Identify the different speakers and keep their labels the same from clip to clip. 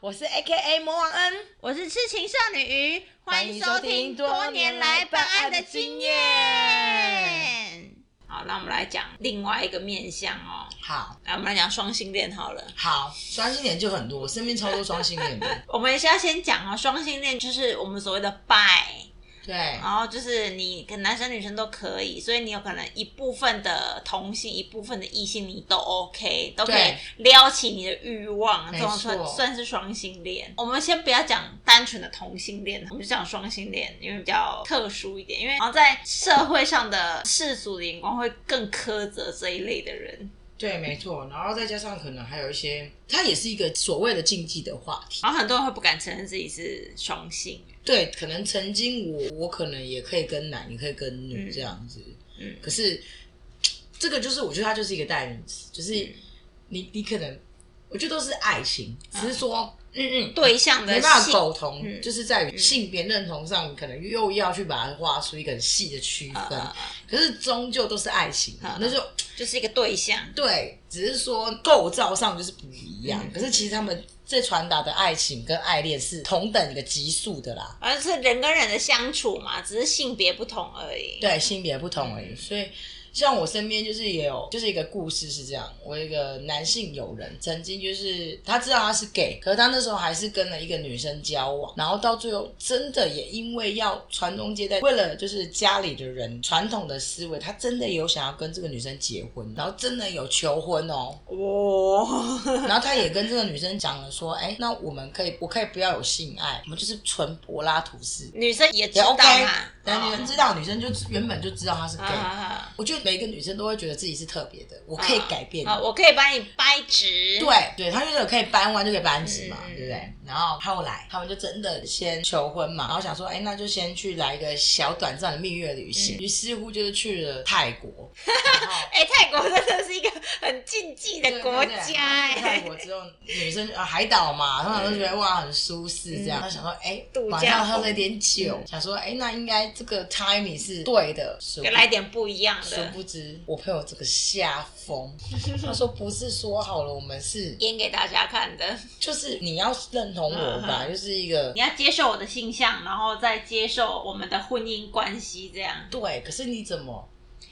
Speaker 1: 我是 A K A 魔王恩，
Speaker 2: 我是痴情少女鱼，欢迎收听
Speaker 1: 多
Speaker 2: 多
Speaker 1: 年
Speaker 2: 年
Speaker 1: 来
Speaker 2: 来
Speaker 1: 办
Speaker 2: 办
Speaker 1: 案
Speaker 2: 案
Speaker 1: 的
Speaker 2: 的
Speaker 1: 经
Speaker 2: 经
Speaker 1: 验
Speaker 2: 验。
Speaker 3: 好，那我们来讲另外一个面相哦。
Speaker 1: 好
Speaker 3: 来，我们来讲双性恋好了。
Speaker 1: 好，双性恋就很多，我身边超多双性 恋的，
Speaker 3: 我们是要先讲哦，双性恋就是我们所谓的拜，
Speaker 1: 对
Speaker 3: 然后就是你跟男生女生都可以，所以你有可能一部分的同性，一部分的异性，你都 OK，都可以
Speaker 1: 对
Speaker 3: 撩起你的欲望，
Speaker 1: 没
Speaker 3: 这
Speaker 1: 错
Speaker 3: 种算算是双性恋。我们先不要讲单纯的同性恋，我们就讲双性恋，因为比较特殊一点，因为好像在社会上的世俗的眼光会更苛责这一类的人。
Speaker 1: 对，没错，然后再加上可能还有一些，它也是一个所谓的禁忌的话题，
Speaker 3: 然后很多人会不敢承认自己是双性，
Speaker 1: 对，可能曾经我我可能也可以跟男，也可以跟女
Speaker 3: 嗯
Speaker 1: 这样子，
Speaker 3: 嗯
Speaker 1: 可是这个就是我觉得它就是一个代名词，就是你你可能我觉得都是爱情，只是说嗯嗯
Speaker 3: 对象
Speaker 1: 没
Speaker 3: 的
Speaker 1: 办法
Speaker 3: 性
Speaker 1: 苟同，
Speaker 3: 嗯
Speaker 1: 就是在于性别认同上，可能又要去把它画出一个很细的区
Speaker 3: 呃
Speaker 1: 分。
Speaker 3: 呃
Speaker 1: 可是终究都是爱情嘛，
Speaker 3: 嗯
Speaker 1: 那就
Speaker 3: 就是一个对象，
Speaker 1: 对，只是说构造上就是不一样。
Speaker 3: 嗯
Speaker 1: 可是其实他们在传达的爱情跟爱恋是同等的级数的啦，
Speaker 3: 而是人跟人的相处嘛，只是性别不同而已。
Speaker 1: 对，性别不同而已。所以像我身边就是也有，就是一个故事是这样，我有一个男性友人曾经就是他知道他是 gay，可是他那时候还是跟了一个女生交往，然后到最后真的也因为要传宗接代，为了就是家里的人传统的思维，他真的有想要跟这个女生结婚，然后真的有求婚哦，
Speaker 3: 哇，
Speaker 1: 然后他也跟这个女生讲了说，哎，那我们可以，我可以不要有性爱，我们就是纯柏拉图式。
Speaker 3: 女生也知
Speaker 1: 也
Speaker 3: 道
Speaker 1: OK，
Speaker 3: 嘛，
Speaker 1: 但女生知道，女生就原本就知道他是 gay，、
Speaker 3: 哦啊啊
Speaker 1: 我觉得每一个女生都会觉得自己是特别的，我
Speaker 3: 啊
Speaker 1: 可以改变你。
Speaker 3: 啊，我可以帮你掰直。
Speaker 1: 对对，她就是可以搬弯就可以搬直嘛，
Speaker 3: 嗯
Speaker 1: 对不对？然后后来他们就真的先求婚嘛，然后想说，哎，那就先去来一个小短暂的蜜月旅
Speaker 3: 嗯
Speaker 1: 行。于是乎就是去了泰 国，然后
Speaker 3: 哎、泰国真的是一个很禁忌的国
Speaker 1: 对对对
Speaker 3: 家
Speaker 1: 去泰
Speaker 3: 哎、
Speaker 1: 国之后，女生啊海岛嘛，通常都觉得哇很舒适这样。
Speaker 3: 嗯
Speaker 1: 她想说，哎
Speaker 3: 度，假嗯
Speaker 1: 晚上喝了一点酒，想说，哎，那应该这个 timing 是对的，是
Speaker 3: 给哎来点不一样
Speaker 1: 殊
Speaker 3: 的，
Speaker 1: 不知我朋友这个吓 疯，他说不是说好了，我们是
Speaker 3: 演给大家看的。
Speaker 1: 就是你要认同我吧，
Speaker 3: 嗯
Speaker 1: 就是一个
Speaker 3: 你要接受我的性向，然后再接受我们的婚姻关系，这样
Speaker 1: 对，可是你怎么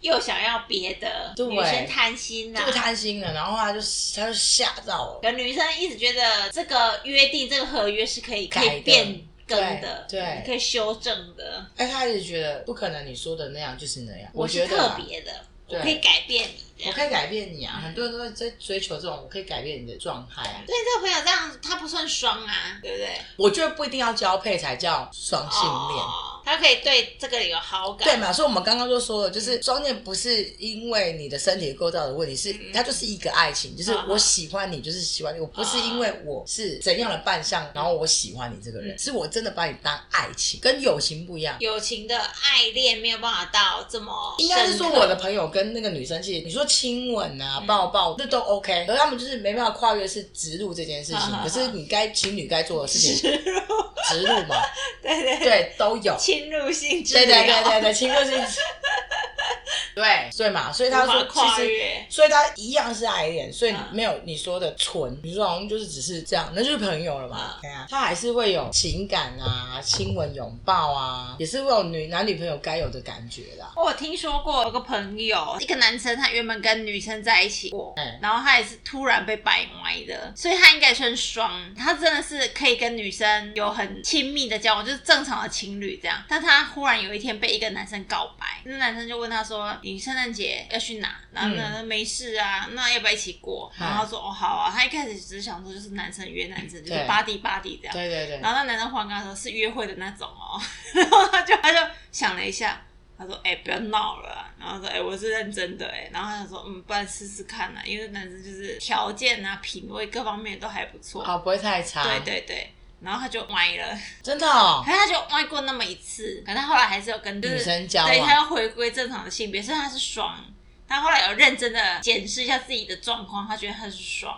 Speaker 3: 又想要别的，
Speaker 1: 对
Speaker 3: 女生贪心呐、
Speaker 1: 这个贪心了？然后他就他就吓到了，
Speaker 3: 可能女生一直觉得这个约定、这个合约是可以
Speaker 1: 改
Speaker 3: 可
Speaker 1: 的
Speaker 3: 以变更的，
Speaker 1: 对对
Speaker 3: 可以修正的。
Speaker 1: 哎，他也觉得不可能，你说的那样就是那样，
Speaker 3: 我
Speaker 1: 觉
Speaker 3: 是
Speaker 1: 得
Speaker 3: 特
Speaker 1: 啊。
Speaker 3: 别的，
Speaker 1: 对
Speaker 3: 我可以改变你这
Speaker 1: 我
Speaker 3: 样。
Speaker 1: 可以改变你啊！很多人都在追追求这种，我可以改变你的状态啊。
Speaker 3: 对这个朋友这样，他不算双啊，对不对？
Speaker 1: 我觉得不一定要交配才叫双性恋，
Speaker 3: 哦他可以对这个有好感。
Speaker 1: 对嘛？所以我们刚刚就说了，就是双恋不是因为你的身体构造的问题，是它就是一个爱情，就是我喜欢你，就是喜欢你，我不是因为我是怎样的扮相，然后我喜欢你这个人，
Speaker 3: 嗯
Speaker 1: 是我真的把你当爱情，跟友情不一样。
Speaker 3: 友情的爱恋没有办法到这么深刻，
Speaker 1: 应该是说我的朋友跟那个女生，其实你说亲吻啊、抱抱，那都 OK，可是他们就是没办法跨越是植入这件事情
Speaker 3: 嗯嗯。嗯
Speaker 1: 可是你该情侣该做的事情，植入嘛，
Speaker 3: 对对对
Speaker 1: 对，都有。
Speaker 3: 侵入性治
Speaker 1: 对
Speaker 3: 疗，
Speaker 1: 对对对 对，情歌是，对，所以嘛，所以他
Speaker 3: 无法
Speaker 1: 说
Speaker 3: 跨
Speaker 1: 其实。
Speaker 3: 越。
Speaker 1: 所以他一样是爱恋，所以你
Speaker 3: 嗯
Speaker 1: 没有你说的纯，你说好像就是只是这样，那就是朋友了嘛
Speaker 3: 嗯。
Speaker 1: 对啊，他还是会有情感啊、亲吻、拥抱啊，也是会有女男女朋友该有的感觉啦。
Speaker 3: 我有听说过有个朋友，一个男生，他原本跟女生在一起过，
Speaker 1: 嗯
Speaker 3: 然后他也是突然被掰歪的，所以他应该也算双，他真的是可以跟女生有很亲密的交往，就是正常的情侣这样。但他忽然有一天被一个男生告白，那男生就问他说：“你圣诞节要去哪？”然后呢，没事啊，那要不要一起过？
Speaker 1: 嗯
Speaker 3: 然后他说：“哦，好啊。”他一开始只是想说就是男生约男生，就是
Speaker 1: 对
Speaker 3: 巴蒂巴蒂这样。
Speaker 1: 对对对，
Speaker 3: 然后那男生忽然跟他说是约会的那种哦，然后他就他就想了一下，他说：“哎、不要闹了啊、然后说：“哎、我是认真的哎、然后他就说：“嗯，不然试试看啊，因为男生就是条件啊、品味各方面都还不错。
Speaker 1: 好不会太差。
Speaker 3: 对，对对。然后他就歪了，
Speaker 1: 真的哦
Speaker 3: 可，是他就歪过那么一次，可是他后来还是有跟、就是、
Speaker 1: 女生交
Speaker 3: 对，他
Speaker 1: 往，
Speaker 3: 要回归正常的性别，所以他是双。他后来有认真的检视一下自己的状况，他觉得他是双。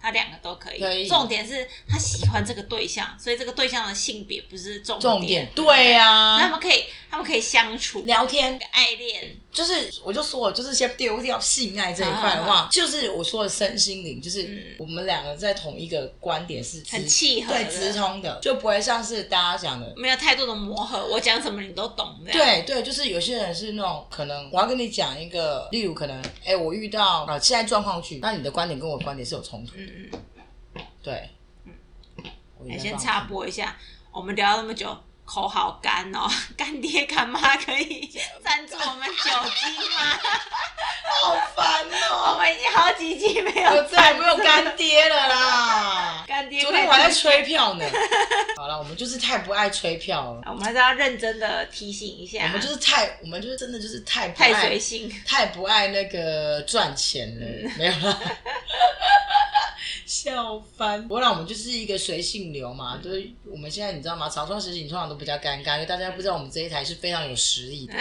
Speaker 3: 他两个都可以。
Speaker 1: 可以
Speaker 3: 重点是他喜欢这个对象，所以这个对象的性别不是重
Speaker 1: 重点
Speaker 3: 对
Speaker 1: 对啊呀、
Speaker 3: 他们可以他们可以相处，
Speaker 1: 聊天
Speaker 3: 爱恋，
Speaker 1: 就是，我就说了，就是先丢掉性爱这一块的话，就是我说的身心灵，就是
Speaker 3: 啊嗯
Speaker 1: 我们两个在同一个观点是直
Speaker 3: 很契合的嗯
Speaker 1: 对，直通的，就不会像是大家讲的。
Speaker 3: 没有太多的磨合，我讲什么你都懂的。，
Speaker 1: 对对，就是有些人是那种可能，我要跟你讲一个，例如可能，哎，我遇到啊、呃现在状况去，那你的观点跟我的观点是有冲突，
Speaker 3: 嗯嗯，
Speaker 1: 对。我
Speaker 3: 哎
Speaker 1: 也在
Speaker 3: 先
Speaker 1: 放
Speaker 3: 插
Speaker 1: 空
Speaker 3: 播一下，我们聊了那么久。口好干哦， 干爹干妈可以赞助我们酒精吗？
Speaker 1: 好烦
Speaker 3: 我
Speaker 1: 哦！
Speaker 3: 们已经好几集没有
Speaker 1: 我再也没有
Speaker 3: 赞助。
Speaker 1: 干爹了 啦
Speaker 3: 干爹，
Speaker 1: 呃昨天我还在吹票呢。好了，我们就是太不爱吹票了。
Speaker 3: 我们还是要认真的提醒一下，
Speaker 1: 我们就是哎太，我们就是真的就是太不
Speaker 3: 太
Speaker 1: 爱
Speaker 3: 随性。 嗯
Speaker 1: 太不爱那个赚钱了，没有啦，笑翻。不过啦，我们就是一个随性流嘛，就是我们现在你知道吗？草创时期你通常都比较尴尬，因为大家不知道我们这一台是非常有实 力的。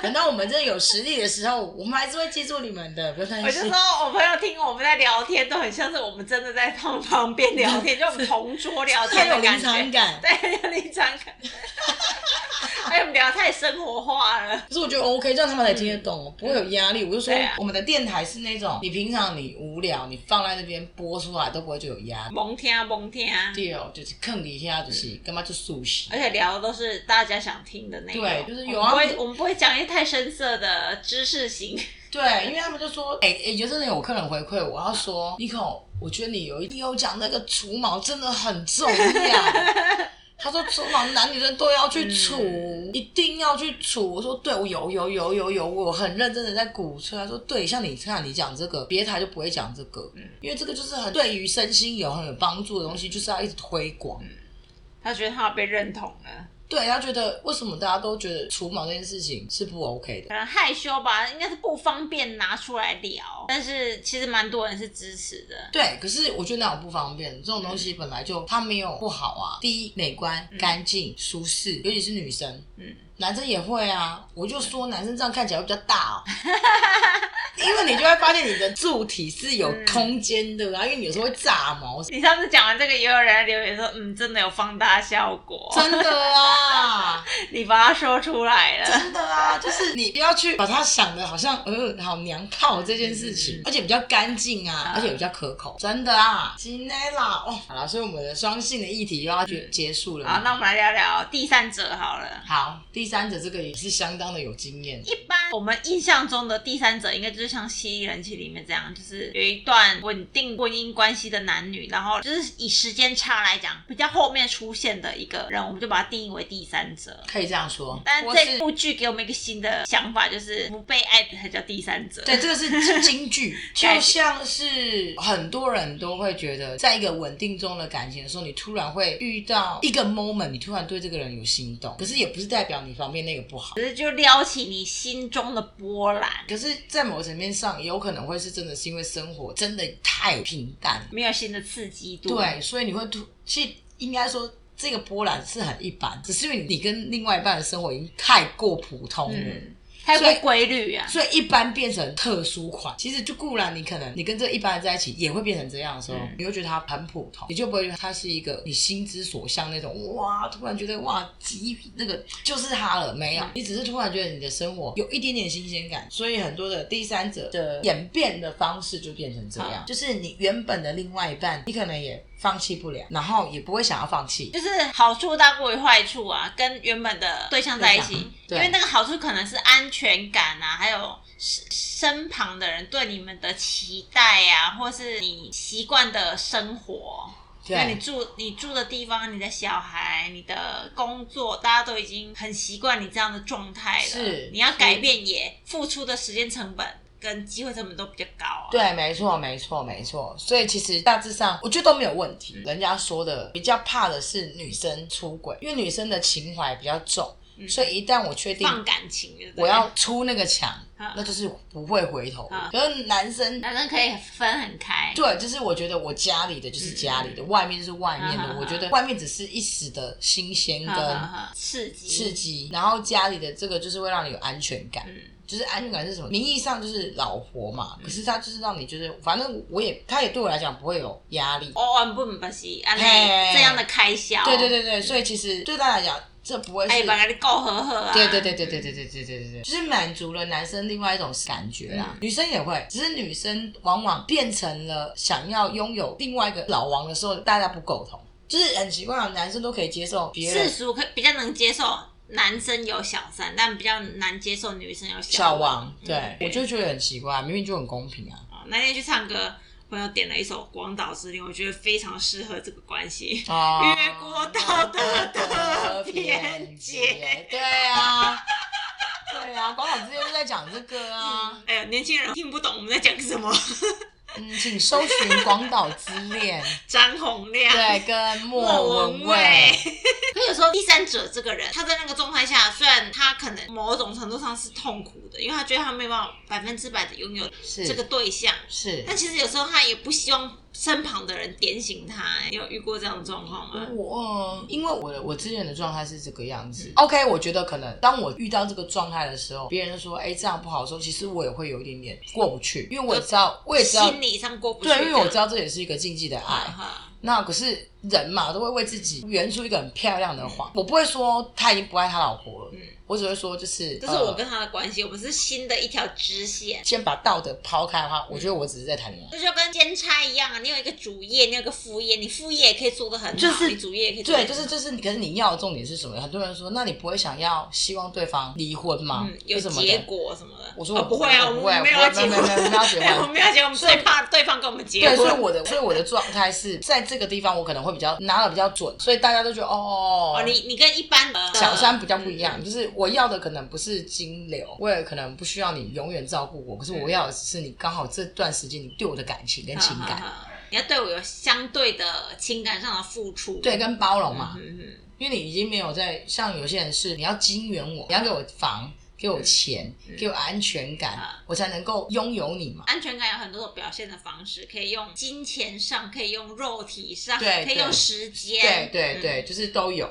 Speaker 1: 等到我们真的有实力的时候，我们还是会记住你们的，不用
Speaker 3: 我
Speaker 1: 担
Speaker 3: 就
Speaker 1: 心
Speaker 3: 说。，我朋友听我们在聊天，都很像是我们真的在 他们旁边聊天，就我们同桌聊
Speaker 1: 太
Speaker 3: 天
Speaker 1: 有
Speaker 3: 的
Speaker 1: 临
Speaker 3: 感觉，
Speaker 1: 场感，
Speaker 3: 对，很有临场感。哎，我们聊得太生活化了，
Speaker 1: 可是我觉得 OK，这样他们才听得懂，哦不会有压力。我就说
Speaker 3: 嗯对啊，
Speaker 1: 我们的电台是那种你平常你无聊，你放在那边播出来都不会就有压力。
Speaker 3: 蒙听啊蒙听，
Speaker 1: 对哦，就是坑底下就是干嘛就熟悉。
Speaker 3: 而且聊的都是大家想听的内容。
Speaker 1: 对就是有
Speaker 3: 我们
Speaker 1: 啊
Speaker 3: 不会，我们不会讲一些太深色的知识型。
Speaker 1: 对，因为他们就说，哎、哎，就真的有客人回馈，我要说，Nico，我觉得你有一你有讲那个除毛真的很重要。他说除毛男女生都要去除，一定要去除。我说对，我有有有有有，我很认真的在鼓吹。他说对，像你看你讲这个，别台就不会讲这个，因为这个就是很对于身心有很有帮助的东西，就是要一直推广。
Speaker 3: 他觉得他被认同了，
Speaker 1: 对，他觉得为什么大家都觉得除毛这件事情是不 OK 的？
Speaker 3: 可能害羞吧，应该是不方便拿出来聊。但是其实蛮多人是支持的，
Speaker 1: 对，可是我觉得那种不方便，这种东
Speaker 3: 嗯
Speaker 1: 西本来就它没有不好啊。第一，美观、干净、舒适，尤其是女生，
Speaker 3: 嗯。
Speaker 1: 男生也会啊。我就说男生这样看起来会比较大 哦，因为你就会发现你的柱体是有
Speaker 3: 嗯
Speaker 1: 空间的啊，因为你有时候会炸毛，
Speaker 3: 你上次讲完这个，也有人来留言说，嗯，真的有放大效果，
Speaker 1: 真的啊，
Speaker 3: 你把它说出来了。
Speaker 1: 真的啊，就是你不要去把它想的好像呃好娘炮这件事
Speaker 3: 嗯
Speaker 1: 情，而且比较干净
Speaker 3: 啊
Speaker 1: 啊，而且比较可口，真的啊，今天啦哦，好了，所以我们的双性的议题又要结结束了
Speaker 3: 嗯
Speaker 1: 嘛。
Speaker 3: 好，那我们来聊聊第三者好了。
Speaker 1: 好，第三者这个也是相当的有经验。
Speaker 3: 一般我们印象中的第三者，应该就是像《犀利人气》里面这样，就是有一段稳定婚姻关系的男女，然后就是以时间差来讲，比较后面出现的一个人，我们就把它定义为第三者。
Speaker 1: 可以这样说，
Speaker 3: 但
Speaker 1: 我
Speaker 3: 这
Speaker 1: 是
Speaker 3: 部剧给我们一个新的想法，就是不被爱的才叫第三者。
Speaker 1: 对，这个是京剧，就
Speaker 3: 改
Speaker 1: 像是很多人都会觉得，在一个稳定中的感情的时候，你突然会遇到一个 moment，你突然对这个人有心动，可是也不是代表你旁边那个不好。
Speaker 3: 只是就撩起你心中的波澜，
Speaker 1: 可是，在某层面上，有可能会是真的是因为生活真的太平淡，
Speaker 3: 没有新的刺激度。
Speaker 1: 对，所以你会突，其实应该说这个波澜是很一般，只是因为你跟另外一半的生活已经太过普通了。
Speaker 3: 嗯，太
Speaker 1: 所以
Speaker 3: 过规律啊。
Speaker 1: 所以一般变成特殊款，其实就固然你可能你跟这一般人在一起也会变成这样的时候，
Speaker 3: 嗯
Speaker 1: 你会觉得它很普通，你就不会觉得它是一个你心之所向那种哇，突然觉得哇极那个就是它了没有，
Speaker 3: 嗯
Speaker 1: 你只是突然觉得你的生活有一点点新鲜感，所以很多的第三者的演变的方式就变成这样，
Speaker 3: 好
Speaker 1: 就是你原本的另外一半，你可能也放弃不了，然后也不会想要放弃，
Speaker 3: 就是好处大过于坏处啊，跟原本的对象在一起，
Speaker 1: 对
Speaker 3: 因为那个好处可能是安全感啊，还有身身旁的人对你们的期待啊，或是你习惯的生活，因为
Speaker 1: 对
Speaker 3: 你。住你住的地方、你的小孩、你的工作，大家都已经很习惯你这样的状态了。
Speaker 1: 是
Speaker 3: 你要改变也付出的时间成本跟机会成本都比较高啊。
Speaker 1: 对，没错，没错，没错。所以其实大致上，我觉得都没有问题。人家说的比较怕的是女生出轨，因为女生的情怀比较重。
Speaker 3: 嗯
Speaker 1: 所以一旦我确定
Speaker 3: 放感情对不对
Speaker 1: 我要出那个墙，
Speaker 3: 啊
Speaker 1: 那就是不会回头
Speaker 3: 啊。
Speaker 1: 可是男生
Speaker 3: 男生可以分很开，
Speaker 1: 对，就是我觉得我家里的
Speaker 3: 嗯
Speaker 1: 就是家里的，外面就是外面
Speaker 3: 啊啊
Speaker 1: 的
Speaker 3: 啊。
Speaker 1: 我觉得外面只是一时的新鲜
Speaker 3: 哈哈
Speaker 1: 跟
Speaker 3: 哈刺激
Speaker 1: 刺激，然后家里的这个就是会让你有安全感。
Speaker 3: 嗯
Speaker 1: 就是安全感是什么？名义上就是老婆嘛，可是他就是让你觉得，反正我也，他也对我来讲不会有压力。
Speaker 3: 哦，俺不明白是安尼
Speaker 1: 嘿
Speaker 3: 这样的开销，
Speaker 1: 对对，对对，所以其实对他来讲，这不会是
Speaker 3: 哎，把你够呵呵啊，
Speaker 1: 对对对对对对对对对对对，就是满足了男生另外一种感觉啦。女生也会，只是女生往往变成了想要拥有另外一个老王的时候，大家不苟同，就是很奇怪啊，男生都可以接受别
Speaker 3: 世
Speaker 1: 人
Speaker 3: 俗可比较能接受男生有小三，但比较难接受女生有
Speaker 1: 小
Speaker 3: 王。
Speaker 1: 王，对我就觉得很奇怪，明明就很公平啊。
Speaker 3: 哦那天去唱歌，朋友点了一首《广岛之恋》，我觉得非常适合这个关系。
Speaker 1: 哦
Speaker 3: 越过道德的边界，
Speaker 1: 对啊，对啊，广岛之前就在讲这个啊，
Speaker 3: 哎呀，年轻人听不懂我们在讲什么。
Speaker 1: 嗯，请搜寻《广岛之 恋》。
Speaker 3: 张洪亮，
Speaker 1: 对，跟莫文
Speaker 3: 蔚
Speaker 1: 蔚，。
Speaker 3: 可有时候第三者这个人，他在那个状态下，虽然他可能某种程度上是痛苦的，因为他觉得他没有办法百分之百的拥有
Speaker 1: 是
Speaker 3: 这个对象，
Speaker 1: 是
Speaker 3: 但其实有时候他也不希望身旁的人点醒他、哎你有遇过这样的状况吗？
Speaker 1: 嗯我，因为我的我之前的状态是这个样子。OK，我觉得可能当我遇到这个状态的时候，别人说哎、这样不好的时候，其实我也会有一点点过不去，因为我也知道，我也知道
Speaker 3: 心，理上过不去这
Speaker 1: 对，
Speaker 3: 样。
Speaker 1: 因为我 知道这也是一个禁忌的爱。
Speaker 3: 哈
Speaker 1: 那可是人嘛，都会为自己圆出一个很漂亮的谎。我不会说他已经不爱他老婆了，
Speaker 3: 嗯
Speaker 1: 我只会说就是，
Speaker 3: 这是我跟
Speaker 1: 呃、
Speaker 3: 他的关系，我们是新的一条支线。
Speaker 1: 先把道德抛开的话，我觉得我只是在谈恋爱。
Speaker 3: 这就跟兼差一样啊，你有一个主业，你有一个副业，你副业也可以做得很好，
Speaker 1: 就是
Speaker 3: 你主业也可以做得很
Speaker 1: 对，就
Speaker 3: 好
Speaker 1: 是就是，可是你要的重点是什么？很多人说，那你不会想要希望对方离婚吗？
Speaker 3: 嗯，有
Speaker 1: 啊什么
Speaker 3: 结
Speaker 1: 的？
Speaker 3: 果什么的。
Speaker 1: 我说我
Speaker 3: 哦不会啊，
Speaker 1: 我不
Speaker 3: 我们
Speaker 1: 会
Speaker 3: 没有要
Speaker 1: 我
Speaker 3: 结
Speaker 1: 没
Speaker 3: 婚，
Speaker 1: 有没有没有没有要结婚
Speaker 3: 我们没有要结婚，我们
Speaker 1: 所以
Speaker 3: 最怕对方跟我们结
Speaker 1: 对，
Speaker 3: 婚。
Speaker 1: 所以我的所以我的状态是在这个地方，我可能会比较拿的比较准，所以大家都觉得哦
Speaker 3: 哦，你你跟一般的
Speaker 1: 小三比较不一
Speaker 3: 嗯
Speaker 1: 样，就是我要的可能不是金流，我也可能不需要你永远照顾我，可是我要的是你刚好这段时间你对我的感情跟情
Speaker 3: 哈
Speaker 1: 感，
Speaker 3: 哈哈嗯你要对我有相对的情感上的付出。
Speaker 1: 对，跟包容嘛，
Speaker 3: 嗯嗯
Speaker 1: 因为你已经没有在像有些人是你要金援我，你要给我房，给我钱，
Speaker 3: 嗯
Speaker 1: 给我安全感
Speaker 3: 啊，
Speaker 1: 我才能够拥有你嘛。
Speaker 3: 安全感有很多种表现的方式，可以用金钱上，可以用肉体上，
Speaker 1: 对
Speaker 3: 可以
Speaker 1: 对
Speaker 3: 用时间，
Speaker 1: 对对
Speaker 3: 嗯
Speaker 1: 对，就是都有，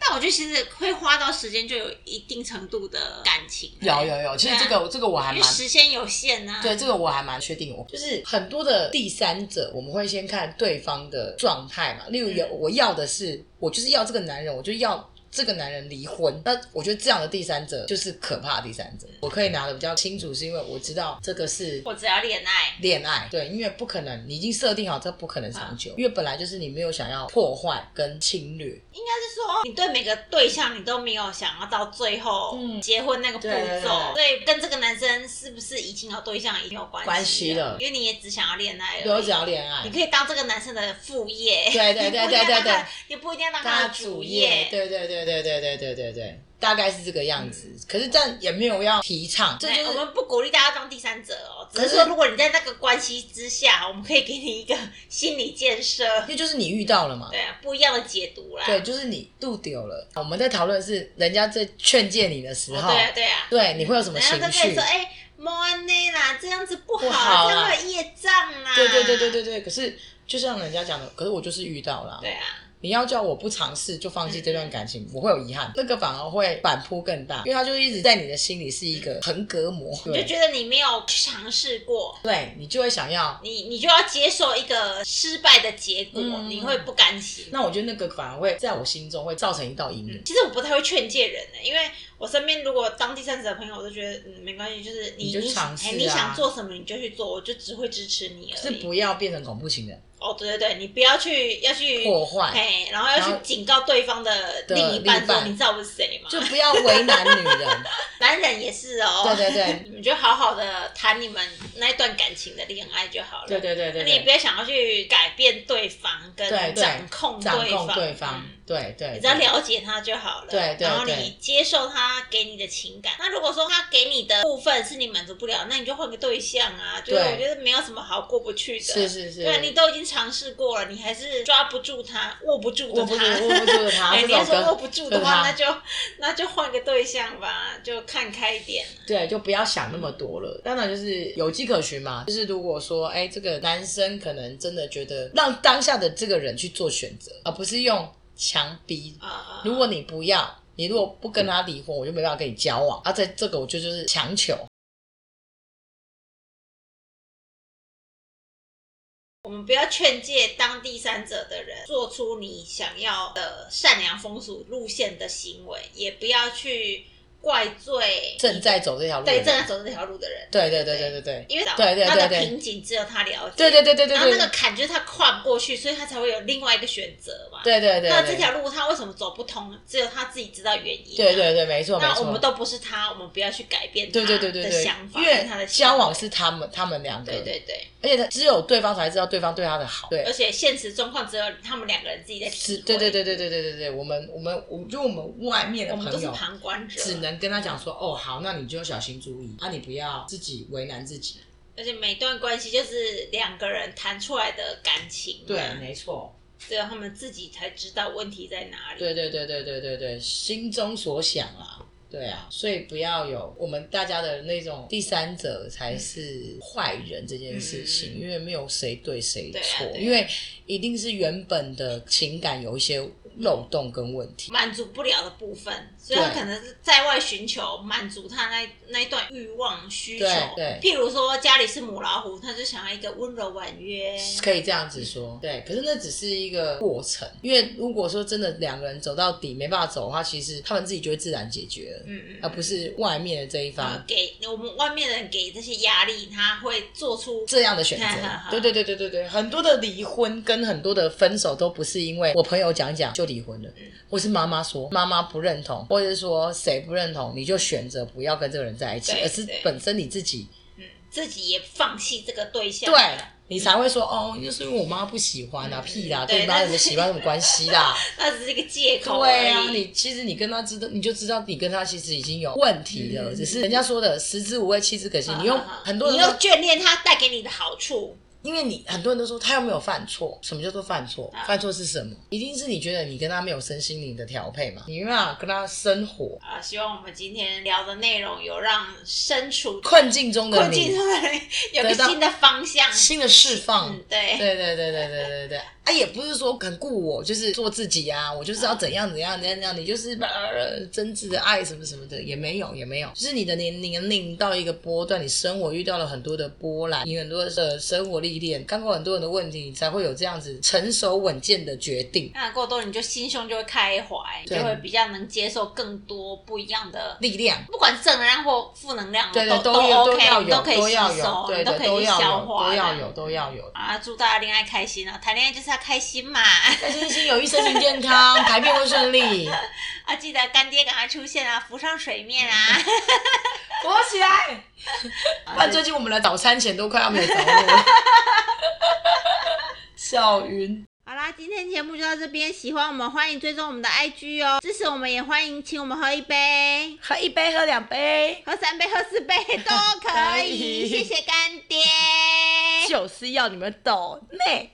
Speaker 3: 但我觉得其实会花到时间，就有一定程度的感情。
Speaker 1: 有有有。其实这个这个我还
Speaker 3: 因为
Speaker 1: 蛮
Speaker 3: 时间有限呐、啊。
Speaker 1: 对，这个我还蛮确定，我就是很多的第三者，我们会先看对方的状态嘛。例如有我要的是，我就是要这个男人，我就要这个男人离婚。那我觉得这样的第三者就是可怕的第三者。我可以拿的比较清楚，是因为我知道这个是。
Speaker 3: 我只要恋爱，
Speaker 1: 恋爱对，因为不可能，你已经设定好这不可能长久，因为本来就是你没有想要破坏跟侵略，
Speaker 3: 应该是说你对每个对象你都没有想要到最后
Speaker 1: 嗯
Speaker 3: 结婚那个步骤，
Speaker 1: 对对对
Speaker 3: 所以跟这个男生是不是已经有对象已经有关
Speaker 1: 关系
Speaker 3: 了
Speaker 1: 了，
Speaker 3: 因为你也只想要恋爱
Speaker 1: 对我
Speaker 3: 而
Speaker 1: 只
Speaker 3: 已。
Speaker 1: 要恋爱
Speaker 3: 你，可以当这个男生的副业，
Speaker 1: 对对对对对对，
Speaker 3: 你不一定要当他
Speaker 1: 大
Speaker 3: 的主
Speaker 1: 业，对对对对对对对对对，大概是这个样子。可是但也没有要提倡，这
Speaker 3: 对，
Speaker 1: 就
Speaker 3: 嗯我
Speaker 1: 是
Speaker 3: 们不鼓励大家当第三者哦，只
Speaker 1: 可
Speaker 3: 是
Speaker 1: 是
Speaker 3: 说如果你在那个关系之下，我们可以给你一个心理建设，
Speaker 1: 那就是你遇到了嘛。
Speaker 3: 对啊，不一样的解读啦。
Speaker 1: 对，就是你度丢了。我们在讨论是人家在劝诫你的时
Speaker 3: 哦
Speaker 1: 候，
Speaker 3: 对啊，对啊。
Speaker 1: 对你会有什么
Speaker 3: 然后
Speaker 1: 情
Speaker 3: 他跟你
Speaker 1: 绪
Speaker 3: 说，？哎、莫安内啦，这样子不好，
Speaker 1: 不好
Speaker 3: 这样
Speaker 1: 啊
Speaker 3: 会有业障啊啦。
Speaker 1: 对对对对对对。可是就像人家讲的，可是我就是遇到了啊。
Speaker 3: 对嗯啊，
Speaker 1: 你要叫我不尝试就放弃这段感情，我会有遗憾，那个反而会反扑更大，因为他就一直在你的心里是一个横隔膜。
Speaker 3: 你就
Speaker 1: 对，
Speaker 3: 觉得你没有去尝试过，
Speaker 1: 对你就会想要
Speaker 3: 你你就要接受一个失败的结果，
Speaker 1: 嗯
Speaker 3: 你会不甘心。
Speaker 1: 那我觉得那个反而会在我心中会造成一道阴影。
Speaker 3: 其实我不太会劝诫人呢、因为我身边如果当第三者的朋友，我都觉得嗯没关系，就是你
Speaker 1: 你就尝试啊
Speaker 3: 哎你想做什么你就去做，我就只会支持你而
Speaker 1: 是
Speaker 3: 已。
Speaker 1: 不要变成恐怖情人，
Speaker 3: 哦，对对对，你不要去要去
Speaker 1: 破坏
Speaker 3: 哎，然后要
Speaker 1: 然
Speaker 3: 去
Speaker 1: 后
Speaker 3: 警告对方的
Speaker 1: 的
Speaker 3: 另一半
Speaker 1: 另一
Speaker 3: 说
Speaker 1: 半
Speaker 3: 你知道我是谁吗？
Speaker 1: 就不要为难女 人。
Speaker 3: 男人也是哦，
Speaker 1: 对 对对，
Speaker 3: 你们就好好的谈你们那一段感情的恋爱就好了。
Speaker 1: 对对对对
Speaker 3: 那你不
Speaker 1: 对，
Speaker 3: 要想要去改变对方跟
Speaker 1: 对对
Speaker 3: 掌控
Speaker 1: 掌控
Speaker 3: 方。
Speaker 1: 对方
Speaker 3: 嗯
Speaker 1: 对对
Speaker 3: 你只要了解他就好了，
Speaker 1: 对对
Speaker 3: 然后
Speaker 1: 对
Speaker 3: 你接受他给你的情感。那如果说他给你的部分是你满足不了，那你就换个对象啊。就是
Speaker 1: 对
Speaker 3: 我觉得没有什么好过不去的。
Speaker 1: 是是是，
Speaker 3: 对，你都已经尝试过了，你还是抓不住他，握不住的
Speaker 1: 握不住
Speaker 3: 他。
Speaker 1: 握不住的他，
Speaker 3: 哎，
Speaker 1: 这
Speaker 3: 你要
Speaker 1: 首
Speaker 3: 说握
Speaker 1: 歌
Speaker 3: 不住的话，那就那就换个对象吧，就看开一点。
Speaker 1: 对，就不要想那么多了。当然就是有迹可循嘛，就是如果说，哎，这个男生可能真的觉得让当下的这个人去做选择，而不是用强逼
Speaker 3: 啊啊！
Speaker 1: 如果你不要，你如果不跟他离婚，我就没办法跟你交往。啊，这这个我就就是强求。
Speaker 3: 我们不要劝诫当第三者的人做出你想要的善良风俗路线的行为，也不要去怪罪
Speaker 1: 正在走这条路的
Speaker 3: 对
Speaker 1: 人，
Speaker 3: 正在走这条路的人，
Speaker 1: 对对对对对对
Speaker 3: 因为
Speaker 1: 对对
Speaker 3: 他
Speaker 1: 对
Speaker 3: 的
Speaker 1: 对
Speaker 3: 瓶颈只有他了解，
Speaker 1: 对对对对对
Speaker 3: 然后
Speaker 1: 对
Speaker 3: 那个坎就是他跨不过去，所以他才会有另外一个选择嘛。
Speaker 1: 对对对，
Speaker 3: 那这条路他为什么走不通，只有他自己知道原因、啊
Speaker 1: 对对对，没错没
Speaker 3: 那
Speaker 1: 错。
Speaker 3: 我们都不是他，我们不要去改变
Speaker 1: 对对对对
Speaker 3: 他
Speaker 1: 对
Speaker 3: 的想，法，
Speaker 1: 因
Speaker 3: 他
Speaker 1: 为
Speaker 3: 的
Speaker 1: 交往
Speaker 3: 行
Speaker 1: 是他们他们两个，
Speaker 3: 为对对对。
Speaker 1: 而且他只有对方才知道对方对他的好，对
Speaker 3: 而，且现实状况只有他们两个人自己在体
Speaker 1: 是，
Speaker 3: 会，
Speaker 1: 对对对对对对对对，我们我们我就我们外面的
Speaker 3: 我们都
Speaker 1: 朋
Speaker 3: 是
Speaker 1: 友。
Speaker 3: 旁观者，
Speaker 1: 只能跟他讲说，哦，好，那你就小心注意啊，你不要自己为难自己。
Speaker 3: 而且每段关系就是两个人谈出来的感情，
Speaker 1: 对，没错，
Speaker 3: 只有他们自己才知道问题在哪里。
Speaker 1: 对对对对对对对，心中所想啊，对啊，所以不要有我们大家的那种第三者才
Speaker 3: 嗯
Speaker 1: 是坏人这件事情，因为没有谁对谁
Speaker 3: 对啊
Speaker 1: 错，
Speaker 3: 对啊
Speaker 1: 因为一定是原本的情感有一些漏洞跟问题。
Speaker 3: 满足不了的部分，所以他可能是在外寻求满足他那那一段欲望需求
Speaker 1: 对对。
Speaker 3: 譬如说家里是母老虎，他就想要一个温柔婉约。
Speaker 1: 可以这样子说，对。可是那只是一个过程，因为如果说真的两个人走到底没办法走的话，其实他们自己就会自然解决了，
Speaker 3: 嗯嗯，
Speaker 1: 而啊不是外面的这一方
Speaker 3: 呃给我们外面的人给这些压力，他会做出。
Speaker 1: 这样的选择对对对对对对，很多的离婚跟很多的分手都不是因为我朋友讲讲就离婚
Speaker 3: 嗯
Speaker 1: 了，或是妈妈说妈妈不认同，或者是说谁不认同，你就选择不要跟这个人在一起，
Speaker 3: 对
Speaker 1: 而是
Speaker 3: 对
Speaker 1: 本身你自己
Speaker 3: 嗯自己也放弃这个对象。
Speaker 1: 对。你才会说哦，就是因为我妈不喜欢啊，屁啦，
Speaker 3: 对
Speaker 1: 跟你妈有什么喜欢有什么关系 啦？
Speaker 3: 那只是一个借口而已。
Speaker 1: 对啊，你其实你跟他知道，你就知道你跟他其实已经有问题了，
Speaker 3: 嗯
Speaker 1: 只是人家说的食之无味，弃之可惜。你用很多
Speaker 3: 你
Speaker 1: 人
Speaker 3: 用
Speaker 1: 都，
Speaker 3: 眷恋他带给你的好处，
Speaker 1: 因为你很多人都说他又没有犯错，什么叫做犯错？
Speaker 3: 啊
Speaker 1: 犯错是什么？一定是你觉得你跟他没有身心灵的调配嘛，你没办法跟他生活
Speaker 3: 啊，希望我们今天聊的内容有让身处
Speaker 1: 困境中的
Speaker 3: 困境
Speaker 1: 你
Speaker 3: 中的人有个
Speaker 1: 得到
Speaker 3: 新的方向。
Speaker 1: 新的释放。
Speaker 3: 嗯，对，
Speaker 1: 对对对对对对对，啊，也不是说很顾我，就是做自己啊，我就是要怎样怎样怎样怎样，你就是呃真挚的爱什么什么的，也没有也没有，就是你的年年龄到一个波段，你生活遇到了很多的波澜，你很多的生活历练，看过很多人的问题，你才会有这样子成熟稳健的决定
Speaker 3: 看得够多，你就心胸就会开怀，
Speaker 1: 对
Speaker 3: 就会比较能接受更多不一样的，
Speaker 1: 力量。
Speaker 3: 不管是正能量或负能量，
Speaker 1: 对对，
Speaker 3: 都
Speaker 1: 有都
Speaker 3: OK，
Speaker 1: 要
Speaker 3: 你
Speaker 1: 有，
Speaker 3: 可以
Speaker 1: 都
Speaker 3: 吸
Speaker 1: 要有，
Speaker 3: 收，
Speaker 1: 对
Speaker 3: 你都
Speaker 1: 对，
Speaker 3: 可
Speaker 1: 都
Speaker 3: 以
Speaker 1: 要
Speaker 3: 消
Speaker 1: 有，
Speaker 3: 化
Speaker 1: 都
Speaker 3: 的，
Speaker 1: 要有，都要有。
Speaker 3: 啊！祝大家恋爱开心啊！谈恋爱就是要开心嘛，
Speaker 1: 开心心有益，身心健康，排便会顺利，
Speaker 3: 啊！记得干爹赶快出现啊，浮上水面啊！
Speaker 1: 活起来。不然最近我们的早餐钱都快要没有着落了。 笑晕，
Speaker 4: 好啦，今天节目就到这边，喜欢我们欢迎追踪我们的 IG 哦，支持我们也欢迎请我们喝一杯、
Speaker 1: 喝一杯，喝两杯，
Speaker 4: 喝三杯、喝四杯都可
Speaker 1: 可以
Speaker 4: 以，谢谢干爹。
Speaker 1: 就是要你们懂内。